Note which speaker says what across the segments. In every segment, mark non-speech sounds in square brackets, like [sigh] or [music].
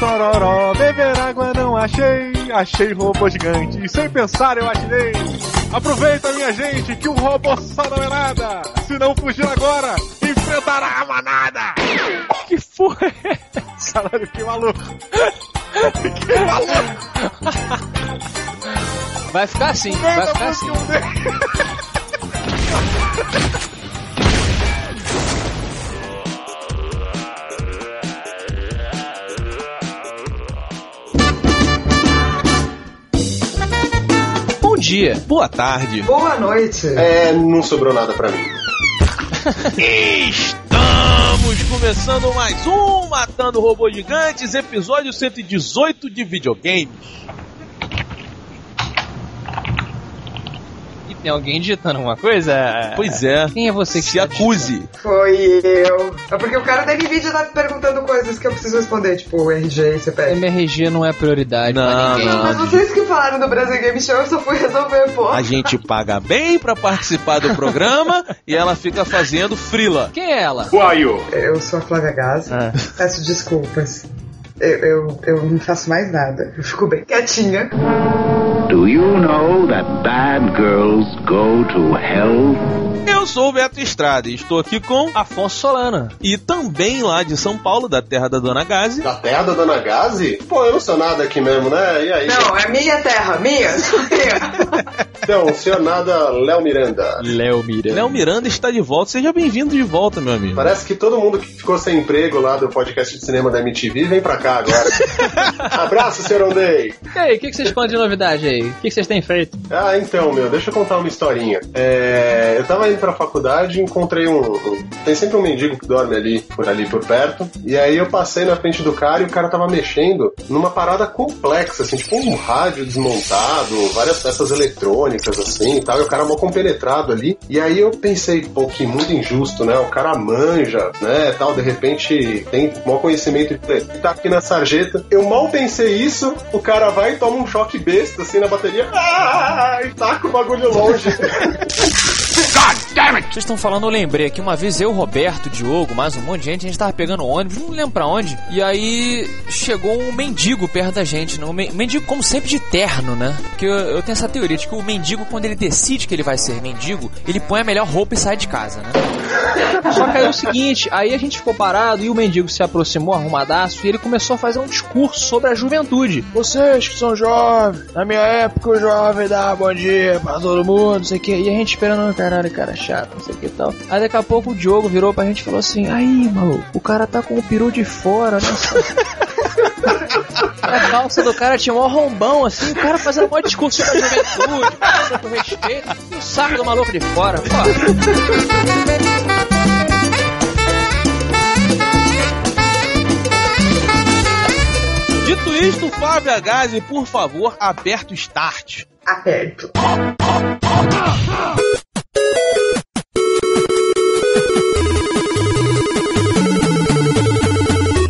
Speaker 1: tororó, beber água não achei. Achei robô gigante e sem pensar eu atirei. Aproveita, minha gente, que o robô só não é nada. Se não fugir agora, enfrentará a manada.
Speaker 2: Que porra é essa?
Speaker 1: Caralho, que maluco. que maluco.
Speaker 2: Vai ficar assim, vai
Speaker 1: Manda
Speaker 2: ficar
Speaker 1: a
Speaker 2: assim.
Speaker 1: música, um deles.
Speaker 2: Bom dia, boa tarde.
Speaker 3: Boa noite.
Speaker 4: É, não sobrou nada pra mim.
Speaker 2: [laughs] Estamos começando mais um Matando Robôs Gigantes, episódio 118 de videogames.
Speaker 5: E tem alguém digitando alguma coisa?
Speaker 2: Pois é,
Speaker 5: Quem é você que
Speaker 2: se
Speaker 5: tá
Speaker 2: acuse.
Speaker 3: Foi eu. É porque o cara da NVIDIA tá perguntando coisas que eu preciso responder, tipo RG,
Speaker 5: digitando?
Speaker 3: CPF.
Speaker 5: MRG não é prioridade pra
Speaker 2: Não,
Speaker 5: ninguém.
Speaker 2: não.
Speaker 3: Mas vocês que falaram do Brasil Game Show, eu só fui resolver, pô.
Speaker 2: A gente paga bem pra participar do programa e ela fica fazendo frila.
Speaker 5: Quem é ela?
Speaker 4: Why you?
Speaker 3: Eu sou a Flávia Gaza.
Speaker 5: Ah.
Speaker 3: Peço desculpas. Eu, eu, eu não faço mais nada. Eu fico bem quietinha.
Speaker 6: Do you know that bad girls go to hell?
Speaker 2: Eu sou o Beto Estrada e estou aqui com
Speaker 5: Afonso Solana.
Speaker 2: e também lá de São Paulo, da terra da Dona Gazi.
Speaker 4: Da terra da Dona Gazi? Pô, eu não sou nada aqui mesmo, né? E aí?
Speaker 3: Não, é minha terra, minha. minha.
Speaker 4: Então, o senhor nada, Léo Miranda.
Speaker 5: Léo Mira.
Speaker 2: Léo Miranda está de volta, seja bem-vindo de volta, meu amigo.
Speaker 4: Parece que todo mundo que ficou sem emprego lá do podcast de cinema da MTV vem pra cá agora. Abraço, senhor Ondei.
Speaker 5: E aí, o que, que vocês falam de novidade aí? O que, que vocês têm feito?
Speaker 4: Ah, então, meu, deixa eu contar uma historinha. É, eu tava indo pra faculdade e encontrei um, um- Tem sempre um mendigo que dorme ali, por ali por perto. E aí eu passei na frente do cara e o cara tava mexendo numa parada complexa, assim, tipo um rádio desmontado, várias peças eletrônicas, assim e tal. E o cara mó compenetrado ali. E aí eu pensei, pô, que muito injusto, né? O cara manja, né? Tal, de repente tem mó conhecimento e tá aqui na sarjeta. Eu mal pensei isso, o cara vai e toma um choque besta, assim, na bateria. Ah, e taca o
Speaker 2: [laughs]
Speaker 4: bagulho longe.
Speaker 7: Vocês estão falando, eu lembrei aqui uma vez eu, Roberto, Diogo, mais um monte de gente, a gente tava pegando ônibus, não lembro pra onde. E aí chegou um mendigo perto da gente, né? Um men- mendigo, como sempre, de terno, né? Porque eu, eu tenho essa teoria de que o mendigo, quando ele decide que ele vai ser mendigo, ele põe a melhor roupa e sai de casa, né?
Speaker 5: Só que aí é o seguinte, aí a gente ficou parado e o mendigo se aproximou arrumadaço e ele começou a fazer um discurso sobre a juventude. Vocês que são jovens, na minha época o jovem dava bom dia pra todo mundo, não sei o que. E a gente esperando, um caralho, cara chato, não sei o que e tal. Aí daqui a pouco o Diogo virou pra gente e falou assim, aí, maluco, o cara tá com o peru de fora, né? [laughs] A calça do cara tinha um rombão, assim, o cara fazendo um maior discurso sobre a juventude, falando com respeito, e o saco do maluco de fora, pô.
Speaker 2: Dito isto, Flávia Gazi, por favor, aperta o start.
Speaker 3: Aperto.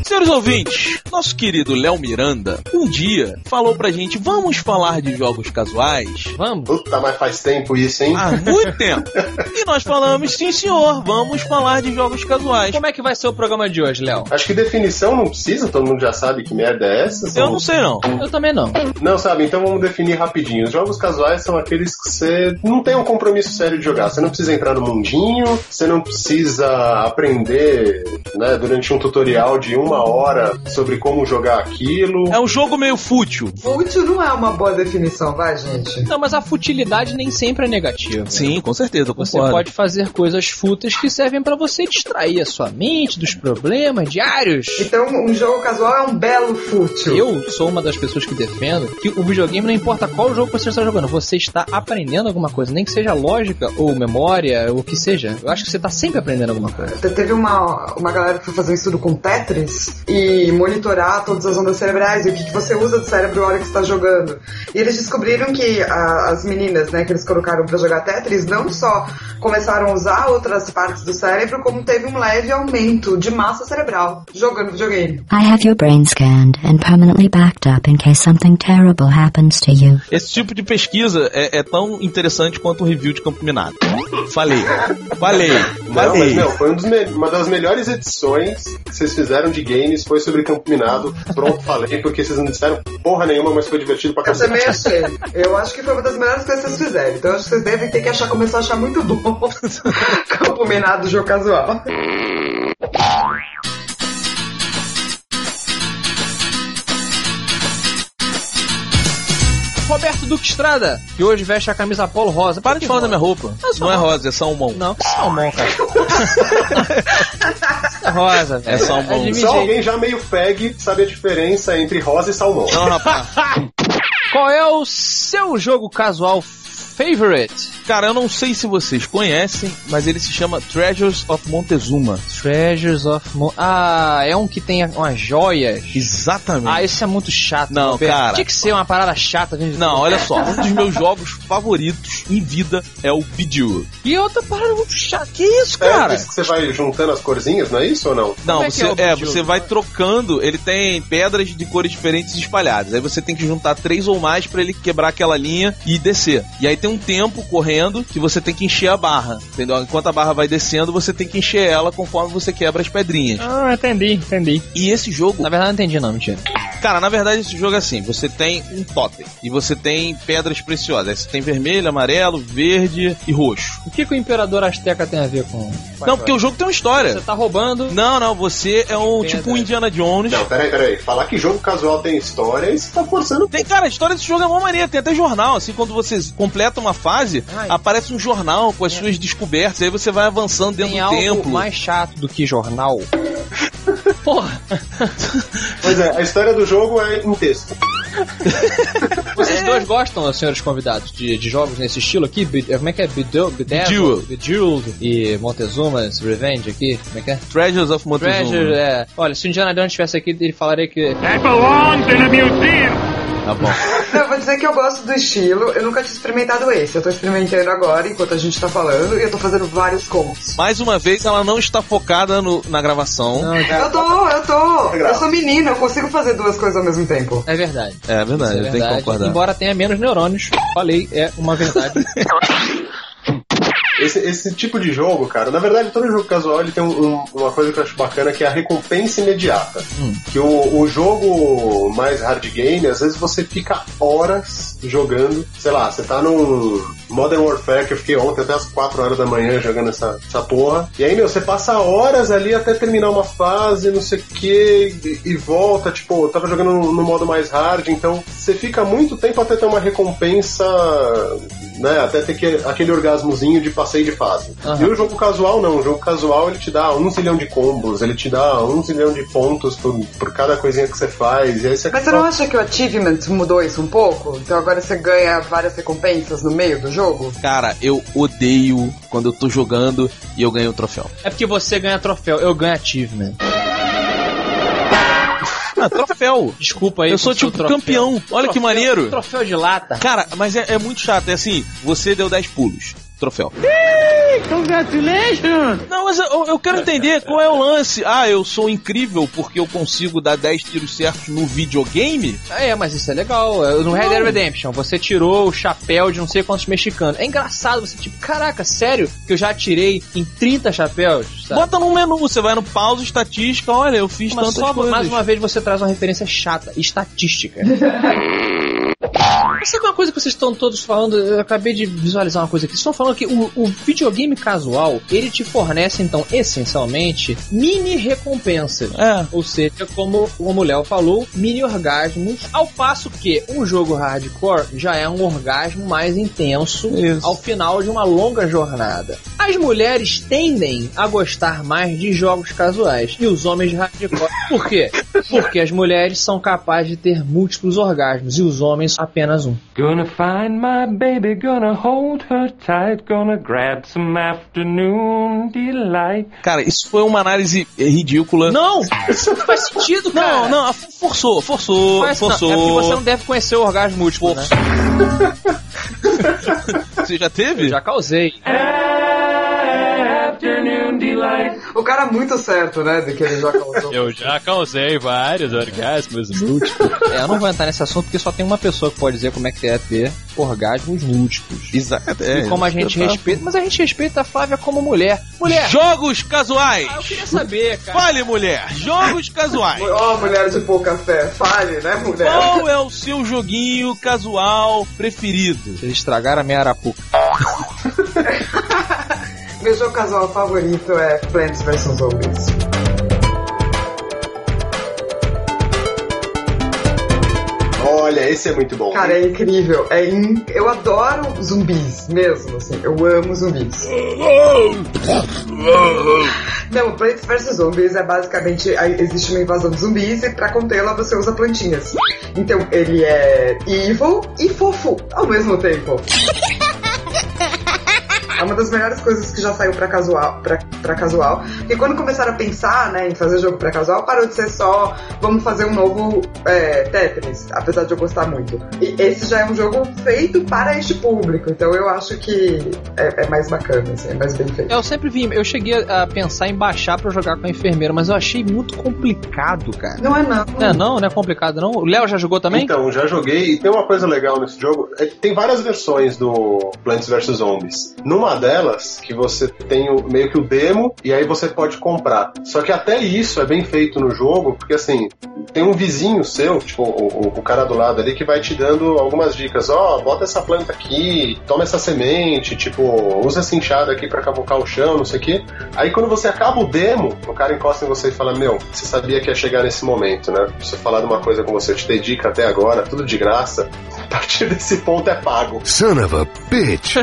Speaker 2: Senhores ouvintes, nosso querido Léo Miranda, um dia, falou pra gente, vamos falar de jogos casuais?
Speaker 5: Vamos.
Speaker 4: Puta, mas faz tempo isso, hein?
Speaker 2: Há [laughs] muito tempo. E nós falamos, sim senhor, vamos falar de jogos casuais.
Speaker 5: Como é que vai ser o programa de hoje, Léo?
Speaker 4: Acho que definição não precisa, todo mundo já sabe que merda é essa.
Speaker 2: Eu
Speaker 4: são-
Speaker 2: não sei não.
Speaker 5: Eu também não.
Speaker 4: Não, sabe? Então vamos definir rapidinho. Os jogos casuais são aqueles que você não tem um compromisso sério de jogar. Você não precisa entrar no mundinho, você não precisa aprender né, durante um tutorial de uma hora sobre como jogar aquilo.
Speaker 2: É um jogo meio fútil.
Speaker 3: Útil não é uma boa definição, vai, gente?
Speaker 5: Não, Então, mas a futilidade nem sempre é negativa.
Speaker 2: Sim, com certeza, eu
Speaker 5: Você
Speaker 2: concordo.
Speaker 5: pode fazer coisas fúteis que servem pra você distrair a sua mente dos problemas diários.
Speaker 3: Então, um jogo casual é um belo fútil.
Speaker 5: Eu sou uma das pessoas que defendo que o videogame não importa qual jogo você está jogando, você está aprendendo alguma coisa, nem que seja lógica ou memória ou o que seja. Eu acho que você está sempre aprendendo alguma coisa.
Speaker 3: Te- Teve uma, uma galera que foi fazer um estudo com Tetris e monitorar todas as ondas cerebrais e o que, que você usa do cérebro na hora que você está jogando. E eles descobriram que a- as meninas né, que eles colocaram para jogar Tetris não só começaram a usar outras partes do cérebro, como teve um leve aumento de massa cerebral jogando videogame.
Speaker 8: I have your brain scanned and permanently backed up in case something terrible happens to you.
Speaker 2: Esse tipo de pesquisa é, é tão interessante quanto o review de Campo Minado. Falei. Falei.
Speaker 4: Não, mas,
Speaker 9: Falei.
Speaker 4: meu, foi um dos me- uma das melhores edições que vocês fizeram de games, foi sobre Campo Minado. Pronto, [laughs] falei, porque vocês não disseram porra nenhuma, mas foi divertido pra
Speaker 3: Eu
Speaker 4: cacete. [laughs]
Speaker 3: também achei. Eu acho que foi uma das melhores coisas que vocês fizeram. Então acho que vocês devem ter que achar, começar a achar muito bom [laughs] campo minado jogo casual.
Speaker 5: Roberto Duque Estrada, que hoje veste a camisa polo rosa.
Speaker 2: Para de falar da minha roupa. Não é rosa, é salmão.
Speaker 5: Não, que salmão, cara. é um rosa, velho.
Speaker 2: É salmão.
Speaker 5: Admite
Speaker 4: Só
Speaker 5: aí.
Speaker 4: alguém já meio fag sabe a diferença entre rosa e salmão.
Speaker 2: Não, rapaz.
Speaker 5: Qual é o seu jogo casual favorite?
Speaker 2: Cara, eu não sei se vocês conhecem, mas ele se chama Treasures of Montezuma.
Speaker 5: Treasures of Moon. Ah, é um que tem umas joias.
Speaker 2: Exatamente.
Speaker 5: Ah, esse é muito chato.
Speaker 2: Não,
Speaker 5: Roberto.
Speaker 2: cara.
Speaker 5: Tinha que ser uma parada chata. Gente.
Speaker 2: Não, olha só, um dos meus jogos favoritos em vida é o Bidua.
Speaker 5: E outra parada muito chata. Que isso,
Speaker 4: É por
Speaker 5: cara?
Speaker 4: isso que você vai juntando as corzinhas, não é isso ou não?
Speaker 2: Não,
Speaker 5: Como é que
Speaker 2: você,
Speaker 5: é o
Speaker 2: é,
Speaker 5: Bidua?
Speaker 2: você vai trocando, ele tem pedras de cores diferentes espalhadas. Aí você tem que juntar três ou mais pra ele quebrar aquela linha e descer. E aí tem um tempo correndo que você tem que encher a barra, entendeu? Enquanto a barra vai descendo, você tem que encher ela conforme você quebra as pedrinhas.
Speaker 5: Ah, entendi, entendi.
Speaker 2: E esse jogo,
Speaker 5: Na verdade, não entendi, não, mentira.
Speaker 2: Cara, na verdade esse jogo é assim: você tem um totem e você tem pedras preciosas. Aí Você tem vermelho, amarelo, verde e roxo.
Speaker 5: O que, que o Imperador Azteca tem a ver com.
Speaker 2: não, porque o jogo tem uma
Speaker 5: Você
Speaker 2: história.
Speaker 5: tá roubando.
Speaker 2: Não, não, você é um
Speaker 5: Pedra.
Speaker 2: tipo um Indiana Jones.
Speaker 4: Não, peraí, peraí. Falar que jogo casual tem história, isso tá forçando.
Speaker 2: Tem, cara, a história desse jogo é uma maneira. Tem até jornal, assim, quando você completa uma fase,
Speaker 5: Ai. É.
Speaker 2: aparece um jornal com as suas descobertas. Aí você vai avançando dentro
Speaker 5: Tem
Speaker 2: do
Speaker 5: algo
Speaker 2: templo.
Speaker 5: mais chato do que jornal. Porra,
Speaker 4: Pois é, a história do jogo é em texto.
Speaker 2: É.
Speaker 5: vocês dois gostam, senhores convidados, de, de jogos nesse estilo aqui? Be- como é que é? Bedeu- Bedazzled, Bejeweled e Montezuma's Revenge aqui? Como é que é?
Speaker 2: Treasures of Montezuma.
Speaker 5: Treasure, é. Olha, se o Indiana Jones estivesse aqui, ele falaria que.
Speaker 2: Tá bom.
Speaker 3: Eu vou dizer que eu gosto do estilo. Eu nunca tinha experimentado esse. Eu tô experimentando agora enquanto a gente tá falando e eu tô fazendo vários contos.
Speaker 2: Mais uma vez, ela não está focada no- na gravação.
Speaker 5: Não,
Speaker 3: Eu tô, eu tô. Eu sou menina, eu consigo fazer duas coisas ao mesmo tempo.
Speaker 5: é verdade.
Speaker 2: É verdade,
Speaker 5: Isso é
Speaker 2: eu tenho que
Speaker 5: verdade.
Speaker 2: concordar.
Speaker 5: Embora tenha menos neurônios, falei, é uma
Speaker 2: [laughs]
Speaker 5: verdade.
Speaker 4: Esse, esse tipo de jogo, cara, na verdade todo jogo casual ele tem um- um- uma coisa que eu acho bacana que é a recompensa imediata. Que o, o jogo mais hard game, às vezes você fica horas jogando, sei lá, você tá num Modern Warfare que eu fiquei ontem até as 4 horas da manhã jogando essa, essa porra. E aí, meu, você passa horas ali até terminar uma fase, não sei o que, e volta, tipo, eu tava jogando no, no modo mais hard, então você fica muito tempo até ter uma recompensa né? Até ter que, aquele orgasmozinho de passeio de fase. E o jogo casual não, o jogo casual ele te dá um zilhão de combos, ele te dá um zilhão de pontos por, por cada coisinha que você faz, e aí você
Speaker 3: Mas você não acha que o achievement mudou isso um pouco? Então agora você ganha várias recompensas no meio do jogo?
Speaker 2: Cara, eu odeio quando eu tô jogando e eu ganho o troféu.
Speaker 5: é porque você ganha troféu, eu ganho né? achievement.
Speaker 2: Ah, troféu!
Speaker 5: Desculpa aí.
Speaker 2: Eu sou
Speaker 5: por seu
Speaker 2: tipo
Speaker 5: troféu.
Speaker 2: campeão. Olha que
Speaker 5: Troféu-
Speaker 2: maneiro.
Speaker 5: Troféu de lata.
Speaker 2: Cara, mas é, é muito chato. É assim, você deu 10 pulos. Troféu. Congratulations! Não, mas eu, eu quero entender qual é o lance. Ah, eu sou incrível porque eu consigo dar 10 tiros certos no videogame?
Speaker 5: É, mas isso é legal. É, No Red Dead Redemption, você tirou o chapéu de não sei quantos mexicanos. É engraçado, você tipo, caraca, sério que eu já tirei em 30 chapéus? Sabe?
Speaker 2: Bota num menu, você vai no pausa, estatística, olha, eu fiz
Speaker 5: Mas
Speaker 2: tantas
Speaker 5: só
Speaker 2: coisas.
Speaker 5: mais Tá. uma vez você traz uma referência chata,
Speaker 2: [laughs]
Speaker 5: estatística. Sabe uma coisa que vocês estão todos falando? Eu acabei de visualizar uma coisa aqui. Vocês estão falando que o, o videogame casual, ele te fornece, então, essencialmente, mini recompensas.
Speaker 2: É.
Speaker 5: Ou seja, como, como o Léo falou, mini orgasmos. Ao passo que um jogo hardcore já é um orgasmo mais intenso
Speaker 2: Isso.
Speaker 5: ao final de uma longa jornada. As mulheres tendem a gostar mais de jogos casuais e os homens de hardcore.
Speaker 2: [laughs]
Speaker 5: Por quê? Porque as mulheres são capazes de ter múltiplos orgasmos e os homens apenas um.
Speaker 10: Gonna find my baby, gonna hold her tight, gonna grab some afternoon delight.
Speaker 2: Cara, isso foi uma análise eh, ridícula.
Speaker 5: Não! Isso não faz sentido,
Speaker 2: não,
Speaker 5: cara!
Speaker 2: não, forçou, forçou,
Speaker 5: Faz- não,
Speaker 2: forçou.
Speaker 5: é porque você não deve conhecer o orgasmo múltiplo, né?
Speaker 2: Você já teve?
Speaker 5: tá- Já causei.
Speaker 10: Afternoon delight.
Speaker 3: O cara é muito certo, né? De que ele já causou.
Speaker 9: Eu já causei vários orgasmos múltiplos.
Speaker 5: É, eu não vou entrar nesse assunto porque só tem uma pessoa que pode dizer como é que é ter orgasmos múltiplos.
Speaker 2: Exato.
Speaker 5: e como a gente respeita. Mas a gente respeita a Flávia como mulher. Mulher!
Speaker 2: Jogos casuais!
Speaker 5: Eu queria saber, cara.
Speaker 2: Fale, mulher! Jogos casuais!
Speaker 3: Ó, mulher de pouca fé, fale, né, mulher?
Speaker 2: Qual é o seu joguinho casual preferido?
Speaker 5: Eles estragaram a minha arapuca.
Speaker 3: Meu jogo casual favorito é Plants vs Zombies.
Speaker 4: Olha, esse é muito bom.
Speaker 3: Cara, é incrível. É in- Eu adoro zumbis mesmo, assim. Eu amo zumbis. Não, Plants vs Zombies é basicamente. aí Existe uma invasão de zumbis e pra contê-la você usa plantinhas. Então ele é evil e fofo ao mesmo tempo. É uma das melhores coisas que já saiu pra casual. Pra, pra casual. E quando começaram a pensar né, em fazer jogo pra casual, parou de ser só vamos fazer um novo é, Tetris, apesar de eu gostar muito. E esse já é um jogo feito para este público, então eu acho que é, é mais bacana, assim, é mais bem feito.
Speaker 5: Eu sempre vi, eu cheguei a pensar em baixar pra jogar com a enfermeira, mas eu achei muito complicado, cara.
Speaker 3: Não é não.
Speaker 5: Não, não, não é complicado, não. O Léo já jogou também?
Speaker 4: Então, já joguei e tem uma coisa legal nesse jogo. é que tem várias versões do Plants vs Zombies. Numa delas, que você tem o- meio que o demo e aí você pode comprar. Só que até isso é bem feito no jogo, porque assim, tem um vizinho seu, tipo o, o- o cara do lado ali, que vai te dando algumas dicas. Ó, bota essa planta aqui, toma essa semente, tipo, usa essa enxada aqui pra cavocar o chão, não sei o quê. Aí quando você acaba o demo, o cara encosta em você e fala: Meu, você sabia que ia chegar nesse momento, né? Você falar de uma coisa com você, eu te dei dica até agora, tudo de graça. [laughs] A partir desse ponto é pago.
Speaker 6: Son of a bitch.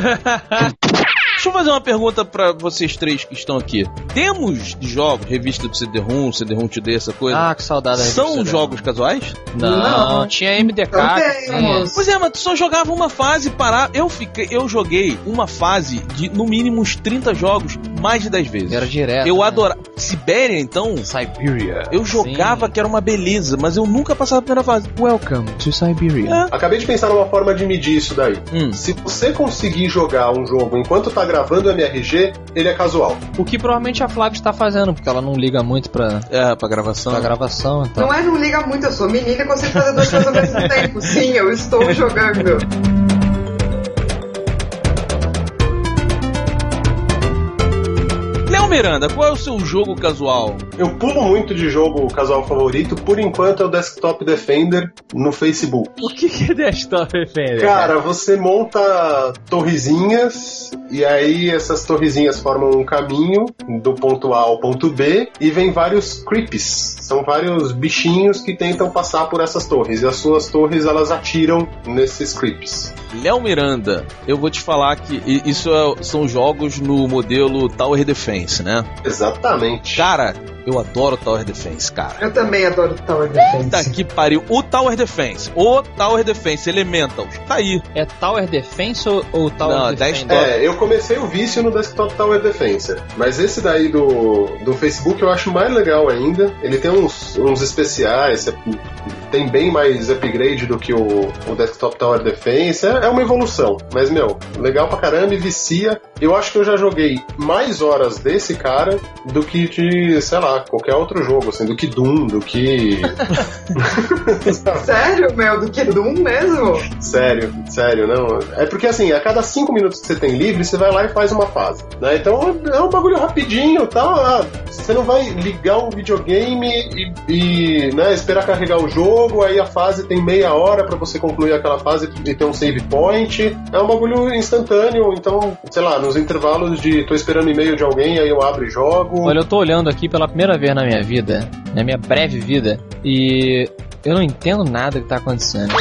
Speaker 2: Deixa eu fazer uma pergunta pra vocês três que estão aqui. Temos jogos, revista do CD-ROM, CD-ROM Today, essa coisa?
Speaker 5: Ah, que saudade. da
Speaker 2: são
Speaker 5: revista,
Speaker 2: jogos casuais?
Speaker 5: Léo. Não, tinha MDK.
Speaker 3: Não
Speaker 5: que tinha.
Speaker 3: temos.
Speaker 2: Pois é, mas tu só jogava uma fase parar. Eu fiquei, eu joguei uma fase de no mínimo uns 30 jogos mais de 10 vezes.
Speaker 5: Era direto.
Speaker 2: eu
Speaker 5: né?
Speaker 2: adorava. Sibéria, então,
Speaker 5: Siberia.
Speaker 2: eu jogava que era uma beleza, mas eu nunca passava a primeira fase.
Speaker 5: Welcome to Siberia.
Speaker 4: Acabei de pensar numa forma de medir isso daí.
Speaker 2: Hum.
Speaker 4: Se você conseguir jogar um jogo enquanto tá gravando o MRG, ele é casual.
Speaker 5: O que provavelmente a Flávia está fazendo, porque ela não liga muito pra,
Speaker 2: É, pra gravação.
Speaker 5: pra gravação então. e tal.
Speaker 3: Não é não liga muito, eu sou menina e consigo fazer duas coisas ao mesmo tempo. Sim, eu estou jogando.
Speaker 2: Léo Miranda, qual é o seu jogo casual?
Speaker 4: Eu pulo muito de jogo casual favorito, por enquanto é o Desktop Defender no Facebook.
Speaker 5: O que que é desktop, Fender?
Speaker 4: Cara, você monta torrezinhas e aí essas torrezinhas formam um caminho do ponto A ao ponto B e vem vários creeps. São vários bichinhos que tentam passar por essas torres e as suas torres elas atiram nesses creeps.
Speaker 2: Léo Miranda, eu vou te falar que i- isso é- são jogos no modelo Tower Defense, né?
Speaker 4: Exatamente.
Speaker 2: Cara, eu adoro Tower Defense, cara.
Speaker 3: Eu também adoro Tower
Speaker 2: Puta
Speaker 3: Defense.
Speaker 2: que pariu. O Tower Defense. O Tower Defense Elementals. Tá aí.
Speaker 5: É Tower Defense ou, ou Tower
Speaker 2: Não,
Speaker 5: Defense?
Speaker 2: desktop.
Speaker 4: É, eu comecei o vício no Desktop Tower Defense, mas esse daí do, do Facebook eu acho mais legal ainda. Ele tem uns, uns especiais, é- tem bem mais upgrade do que o, o Desktop Tower Defense. É, é uma evolução, mas meu, legal pra caramba e vicia. Eu acho que eu já joguei mais horas desse cara do que de, sei lá, qualquer outro jogo, assim, do que Doom, do que.
Speaker 3: Sério, meu? Do que Doom mesmo?
Speaker 4: Sério, sério, não. É porque assim, a cada cinco minutos que você tem livre, você vai lá e faz uma fase. Né? Então é um bagulho rapidinho tal. ah, Você não vai ligar um videogame e, e, né, esperar carregar o jogo, aí a fase tem meia hora pra você concluir aquela fase e ter um save point. É um bagulho instantâneo, então, sei lá, nos intervalos de tô esperando e-mail de alguém, aí eu abro e jogo.
Speaker 5: Olha, eu tô olhando aqui pela primeira vez na minha vida, na minha breve vida, e eu não entendo nada que tá acontecendo.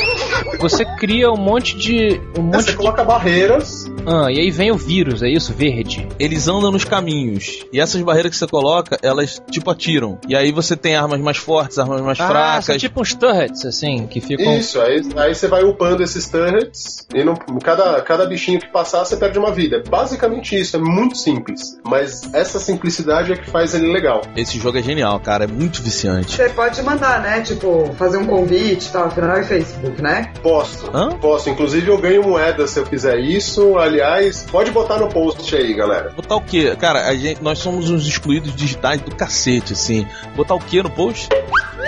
Speaker 5: Você cria um monte de. um monte
Speaker 4: É, Você
Speaker 5: de.
Speaker 4: coloca barreiras,
Speaker 5: Ah, e aí vem o vírus, é isso? Verde.
Speaker 2: Eles andam nos caminhos. E essas barreiras que você coloca, elas tipo atiram. E aí você tem armas mais fortes, armas mais
Speaker 5: Ah, são
Speaker 2: fracas.
Speaker 5: tipo uns turrets, assim, que ficam.
Speaker 4: Isso, aí, aí você vai upando esses turrets e não, cada, cada bichinho que passar você perde uma vida. É Basicamente isso, é muito simples. Mas essa simplicidade é que faz ele legal.
Speaker 2: Esse jogo é genial, cara. É muito viciante.
Speaker 3: Você pode mandar, né? Tipo, fazer um convite e tal, afinal é Facebook, né?
Speaker 4: Posso.
Speaker 2: Hã?
Speaker 4: Posso, inclusive eu ganho moeda se eu fizer isso. Ali aliás, pode botar no post aí, galera.
Speaker 2: Botar o quê? Cara, a gente, nós somos uns excluídos digitais do cacete, assim. Botar o quê no post?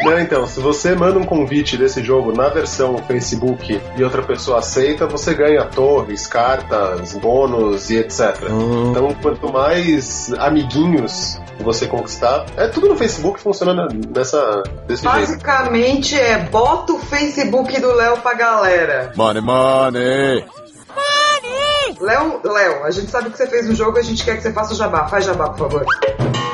Speaker 4: Não, então, se você manda um convite desse jogo na versão Facebook e outra pessoa aceita, você ganha torres, cartas, bônus e etc. Então, quanto mais amiguinhos você conquistar, é tudo no Facebook funciona na- nessa, desse jeito.
Speaker 3: Basicamente é bota o Facebook do Léo pra galera.
Speaker 11: Money, money.
Speaker 3: Léo, Léo, a gente sabe que você fez um jogo, a gente quer que você faça o jabá. Faz jabá, por favor.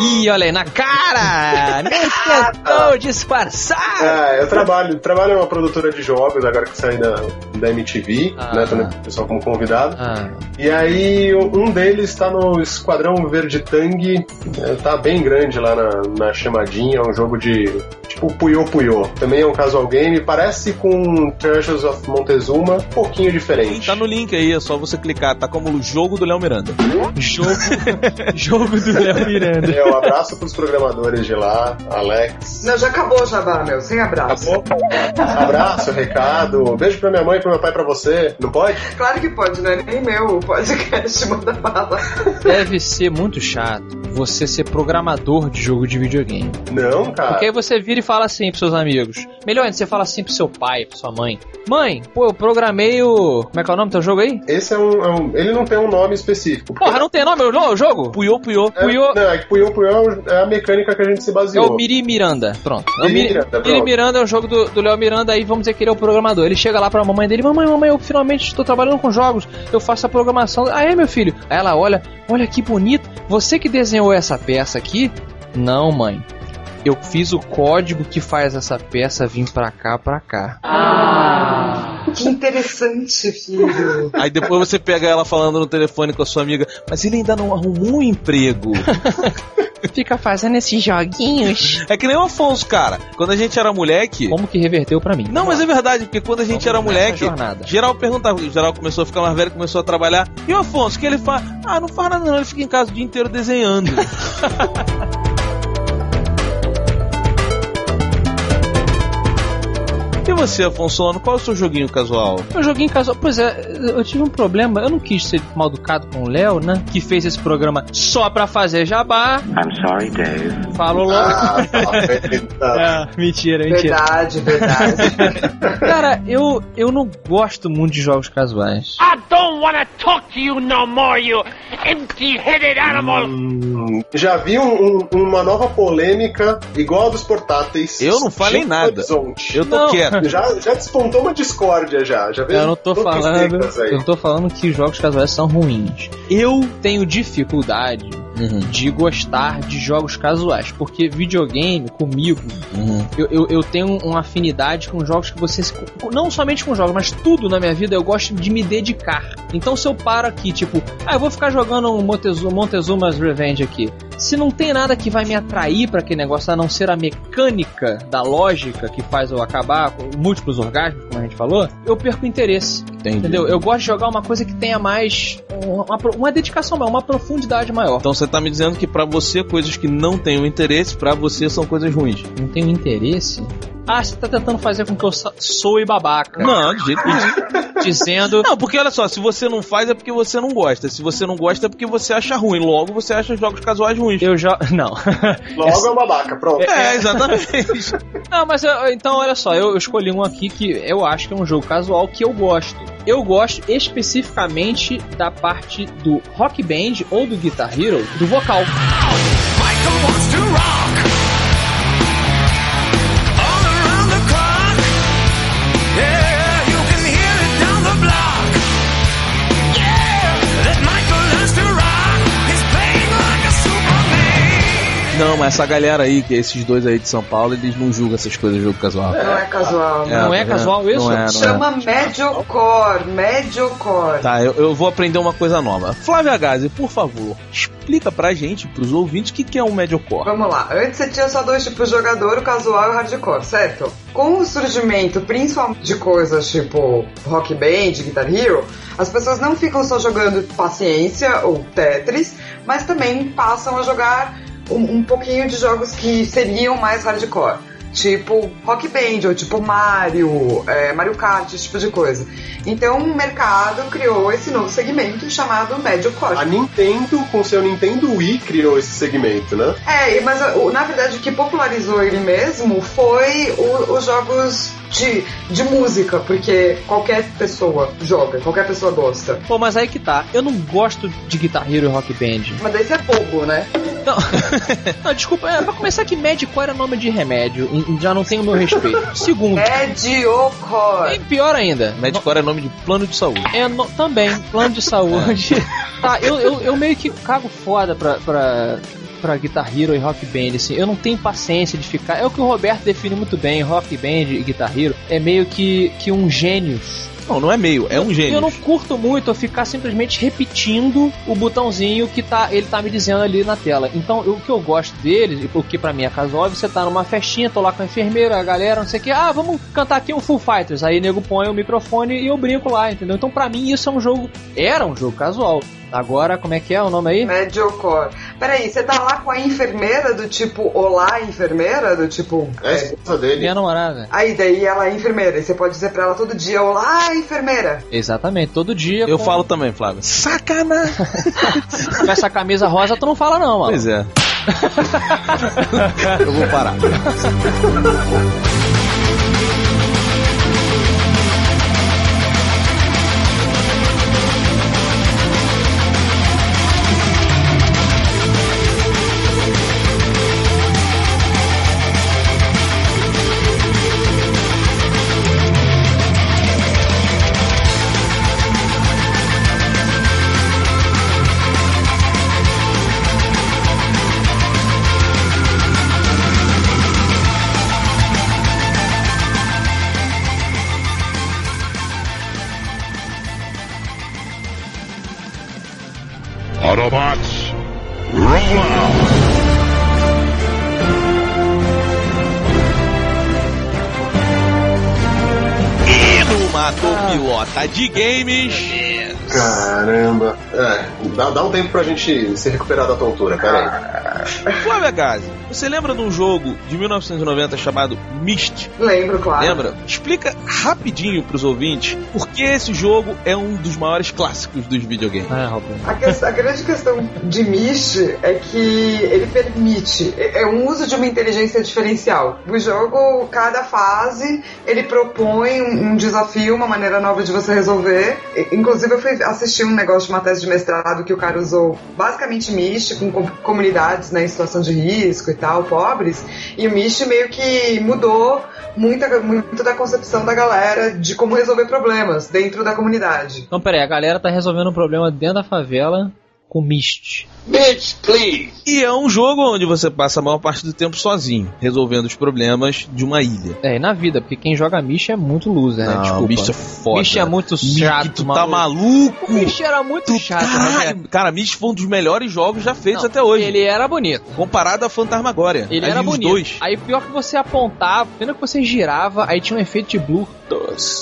Speaker 7: Ih, olha aí, na cara! Nem tentou disfarçar!
Speaker 4: É, eu trabalho, trabalho em uma produtora de jogos, agora que saí da, da MTV, né? Tô no pessoal como convidado.
Speaker 5: Ah,
Speaker 4: E aí, um deles está no Esquadrão Verde Tang, é, tá bem grande lá na, na chamadinha, é um jogo de tipo Puyo Puyo. Também é um casual game, parece com Treasures of Montezuma, um pouquinho diferente.
Speaker 2: Tá no link aí, é só você clicar. Tá como o jogo do Léo Miranda.
Speaker 7: Jogo, jogo do Léo Miranda.
Speaker 4: É, um abraço pros programadores de lá, Alex.
Speaker 3: Não, já acabou o jabá, meu. Sem abraço.
Speaker 4: Acabou? Abraço,
Speaker 5: [laughs]
Speaker 4: recado, beijo pra minha mãe, pro meu pai, pra você. Não pode?
Speaker 3: Claro que pode, né? Nem meu o podcast [laughs] manda bala.
Speaker 5: Deve ser muito chato você ser programador de jogo de videogame.
Speaker 4: Não, cara.
Speaker 5: Porque aí você vira e fala assim pros seus amigos. Melhor ainda, você fala assim pro seu pai, pra sua mãe. Mãe, pô, eu programei o. Como é que é o nome do teu jogo aí?
Speaker 4: Esse é um, é um- Ele não tem um nome específico. porque-
Speaker 5: Porra, não tem nome, é o jo- o jogo?
Speaker 2: Puiô, puiô.
Speaker 4: É,
Speaker 5: Puyo-
Speaker 4: Não, é que Puyo Puyo é o- é a mecânica que a gente se
Speaker 5: É
Speaker 4: baseou.
Speaker 5: o Miri Miranda. Pronto. É o
Speaker 4: Miri
Speaker 5: Miri,
Speaker 4: Miranda,
Speaker 5: Miri
Speaker 4: pronto.
Speaker 5: Miranda é o jogo do, do Léo Miranda, aí vamos dizer que ele é o programador. Ele chega lá pra mamãe dele, mamãe, mamãe, eu finalmente estou trabalhando com jogos, eu faço a programação. Ah, é, meu filho? Aí ela olha, olha que bonito, você que desenhou essa peça aqui? Não, mãe. Eu fiz o código que faz essa peça vir pra cá, pra cá.
Speaker 3: Que interessante, filho.
Speaker 2: Aí depois você pega ela falando no telefone com a sua amiga, mas ele ainda não arrumou um emprego.
Speaker 5: [laughs] Fica fazendo esses joguinhos.
Speaker 2: É que nem o Afonso, cara. Quando a gente era moleque.
Speaker 5: Como que reverteu pra mim?
Speaker 2: Não, mas é verdade, porque quando a gente
Speaker 5: Vamos
Speaker 2: era
Speaker 5: nessa
Speaker 2: moleque,
Speaker 5: jornada.
Speaker 2: geral perguntava, geral começou a ficar mais velho, começou a trabalhar. E o Afonso, o que ele faz? Ah, não faz nada não, ele fica em casa o dia inteiro desenhando. [laughs] E você, Afonso, Ano, qual é o seu joguinho casual?
Speaker 5: Eu joguei Tipo, um em casa. Pois é, eu tive um problema. Eu não quis ser mal educado com o Léo, né? Que fez esse programa só pra fazer jabá.
Speaker 6: I'm sorry, Dave.
Speaker 5: Falou logo.
Speaker 2: [laughs]
Speaker 4: Ah,
Speaker 5: [laughs]
Speaker 4: tá.
Speaker 5: Ah, mentira, mentira.
Speaker 3: Verdade, verdade.
Speaker 5: Cara, eu, eu não gosto muito de jogos casuais.
Speaker 2: Ah,
Speaker 4: Hum, já vi um- um- uma nova polêmica igual a dos portáteis.
Speaker 2: Eu não falei
Speaker 4: Belo
Speaker 2: nada.
Speaker 4: Horizonte.
Speaker 2: Eu tô
Speaker 5: Não.
Speaker 4: [laughs]
Speaker 2: quieto.
Speaker 4: Já, já despontou uma discórdia já. já vejo
Speaker 5: Eu não tô
Speaker 4: todas as
Speaker 5: falando.
Speaker 4: teclas aí.
Speaker 5: Eu não tô falando que jogos casuais são ruins. Eu tenho dificuldade de gostar de jogos casuais. Porque videogame, comigo, eu, eu, eu tenho uma afinidade com jogos que você. se- Não somente com jogos, mas tudo na minha vida eu gosto de me dedicar. Então se eu paro aqui, tipo, ah, eu vou ficar jogando um Montezuma, Montezuma's Revenge aqui. Se não tem nada que vai me atrair pra aquele negócio, a não ser a mecânica da lógica que faz eu acabar com múltiplos orgasmos, como a gente falou, eu perco o interesse. Entendeu? Eu gosto de jogar uma coisa que tenha mais. Uma, pro- uma dedicação maior, uma profundidade maior.
Speaker 2: Então você tá me dizendo que pra você coisas que não tenham interesse, pra você são coisas ruins.
Speaker 5: Não tenho interesse. Ah, você tá tentando fazer com que eu sa- soe babaca. [laughs]
Speaker 2: Não, de jeito nenhum.
Speaker 5: Dizendo.
Speaker 2: Não, porque olha só, se você não faz é porque você não gosta. Se você não gosta é porque você acha ruim. Logo você acha jogos casuais ruins.
Speaker 5: Eu já. [laughs] Não.
Speaker 4: Logo é uma babaca, pronto.
Speaker 2: É, exatamente.
Speaker 5: Não, mas eu- então olha só, eu, eu escolhi um aqui que eu acho que é um jogo casual que eu gosto. Eu gosto especificamente da parte do Rock Band ou do Guitar Hero, do vocal.
Speaker 2: [laughs] não, mas essa galera aí, que é esses dois aí de São Paulo, eles não julgam essas coisas de jogo casual.
Speaker 3: Não é casual. né?
Speaker 5: Não é
Speaker 2: tá vendo?
Speaker 5: casual isso?
Speaker 2: Não é, não
Speaker 3: Chama Mediocore,
Speaker 2: é.
Speaker 3: Mediocore.
Speaker 2: Tá, eu, eu vou aprender uma coisa nova. Flávia Gazi, por favor, explica pra gente, pros ouvintes, o que, que é um mediocore.
Speaker 3: Vamos lá, antes você tinha só dois tipos de jogador, o casual e o hardcore, certo? Com o surgimento, principalmente de coisas tipo rock band, guitar hero, as pessoas não ficam só jogando paciência ou Tetris, mas também passam a jogar um, um pouquinho de jogos que seriam mais hardcore. tipo Rock Band, ou tipo Mario, é, Mario Kart, esse tipo de coisa. Então o mercado criou esse novo segmento chamado médio corte.
Speaker 4: A Nintendo, com seu Nintendo Wii, criou esse segmento, né?
Speaker 3: É, e- mas o- na verdade o que popularizou ele mesmo foi o- os jogos de, de música, porque qualquer pessoa joga, qualquer pessoa gosta.
Speaker 5: Pô, mas aí que tá. Eu não gosto de Guitar Hero e Rock [laughs] Band.
Speaker 3: Mas daí você é bobo, né?
Speaker 5: Não, desculpa, é, pra começar que Medcore é nome de remédio. e- e Já não tem o meu respeito. Segundo,
Speaker 3: Mediocre.
Speaker 5: e pior ainda.
Speaker 2: Medcore é nome de plano de saúde.
Speaker 5: É no- também, plano de saúde. [laughs] tá, eu, eu, eu meio que cago foda pra, pra, pra Guitar Hero e Rock Band, assim. Eu não tenho paciência de ficar. É o que o Roberto define muito bem: Rock Band e Guitar Hero é meio que, que um gênio.
Speaker 2: Não, não é meio, é um
Speaker 5: Eu
Speaker 2: gênio.
Speaker 5: não curto muito eu ficar simplesmente repetindo o botãozinho que tá, ele tá me dizendo ali na tela. Então, eu- o que eu gosto dele, o que pra mim é caso óbvio, você tá numa festinha, tô lá com a enfermeira, a galera, não sei o que, ah, vamos cantar aqui um Full Fighters. Aí o nego põe o microfone e eu brinco lá, entendeu? Então, pra mim, isso é um jogo. Era um jogo casual. Agora, como é que é o nome aí?
Speaker 3: Mediocre. Peraí, você tá lá com a enfermeira do tipo, olá, enfermeira? Do tipo.
Speaker 4: É a esposa dele.
Speaker 5: Minha namorada.
Speaker 3: Aí daí ela é enfermeira, e você pode dizer pra ela todo dia, olá, enfermeira.
Speaker 5: Exatamente, todo dia.
Speaker 2: Eu
Speaker 5: com-
Speaker 2: falo também, Flávio. Sacanagem!
Speaker 5: com essa camisa rosa, tu não fala, não, mano.
Speaker 2: Pois é. Eu vou parar.
Speaker 6: Autobots, roll out!
Speaker 2: E no Mato Pilota de Games.
Speaker 4: Caramba. É, dá, dá um tempo pra gente se recuperar da tontura,
Speaker 2: Ah.
Speaker 4: peraí.
Speaker 2: Flávia Gazi, você lembra de um jogo de 1990 chamado Myst?
Speaker 3: Lembro, claro.
Speaker 2: Ah, Lembra? Explica rapidinho pros ouvintes por que esse jogo é um dos maiores clássicos dos videogames.
Speaker 5: Ah, Roberto.
Speaker 3: A, ques- a grande questão de Mish é que ele permite, é é um uso de uma inteligência diferencial. O jogo, cada fase, ele propõe um, um desafio, uma maneira nova de você resolver. E- Inclusive, eu fui assistir um negócio de uma tese de mestrado que o cara usou basicamente Mish, com com comunidades né, em situação de risco e tal, pobres, e o Mish meio que mudou muita, muito da concepção da galera de como resolver problemas dentro da comunidade.
Speaker 5: Então, peraí, a galera tá resolvendo um problema dentro da favela com mist.
Speaker 2: E é um jogo onde você passa a maior parte do tempo sozinho, resolvendo os problemas de uma ilha.
Speaker 5: É, e na vida, porque quem joga Mish é muito loser, né? Desculpa.
Speaker 2: Myst é foda.
Speaker 5: Mish é muito
Speaker 2: Myst,
Speaker 5: chato,
Speaker 2: tu tá
Speaker 5: O
Speaker 2: maluco?
Speaker 5: Mish era muito
Speaker 2: Tu, tá
Speaker 5: chato.
Speaker 2: caralho,
Speaker 5: né?
Speaker 2: cara, Myst foi um dos melhores jogos já feitos
Speaker 5: Não,
Speaker 2: até hoje.
Speaker 5: Ele era bonito.
Speaker 2: Comparado a Fantasmagória.
Speaker 5: Ele
Speaker 2: Aí
Speaker 5: era
Speaker 2: os
Speaker 5: bonito.
Speaker 2: dois.
Speaker 5: Aí pior que você apontava, pena que você girava, aí tinha um efeito de blue.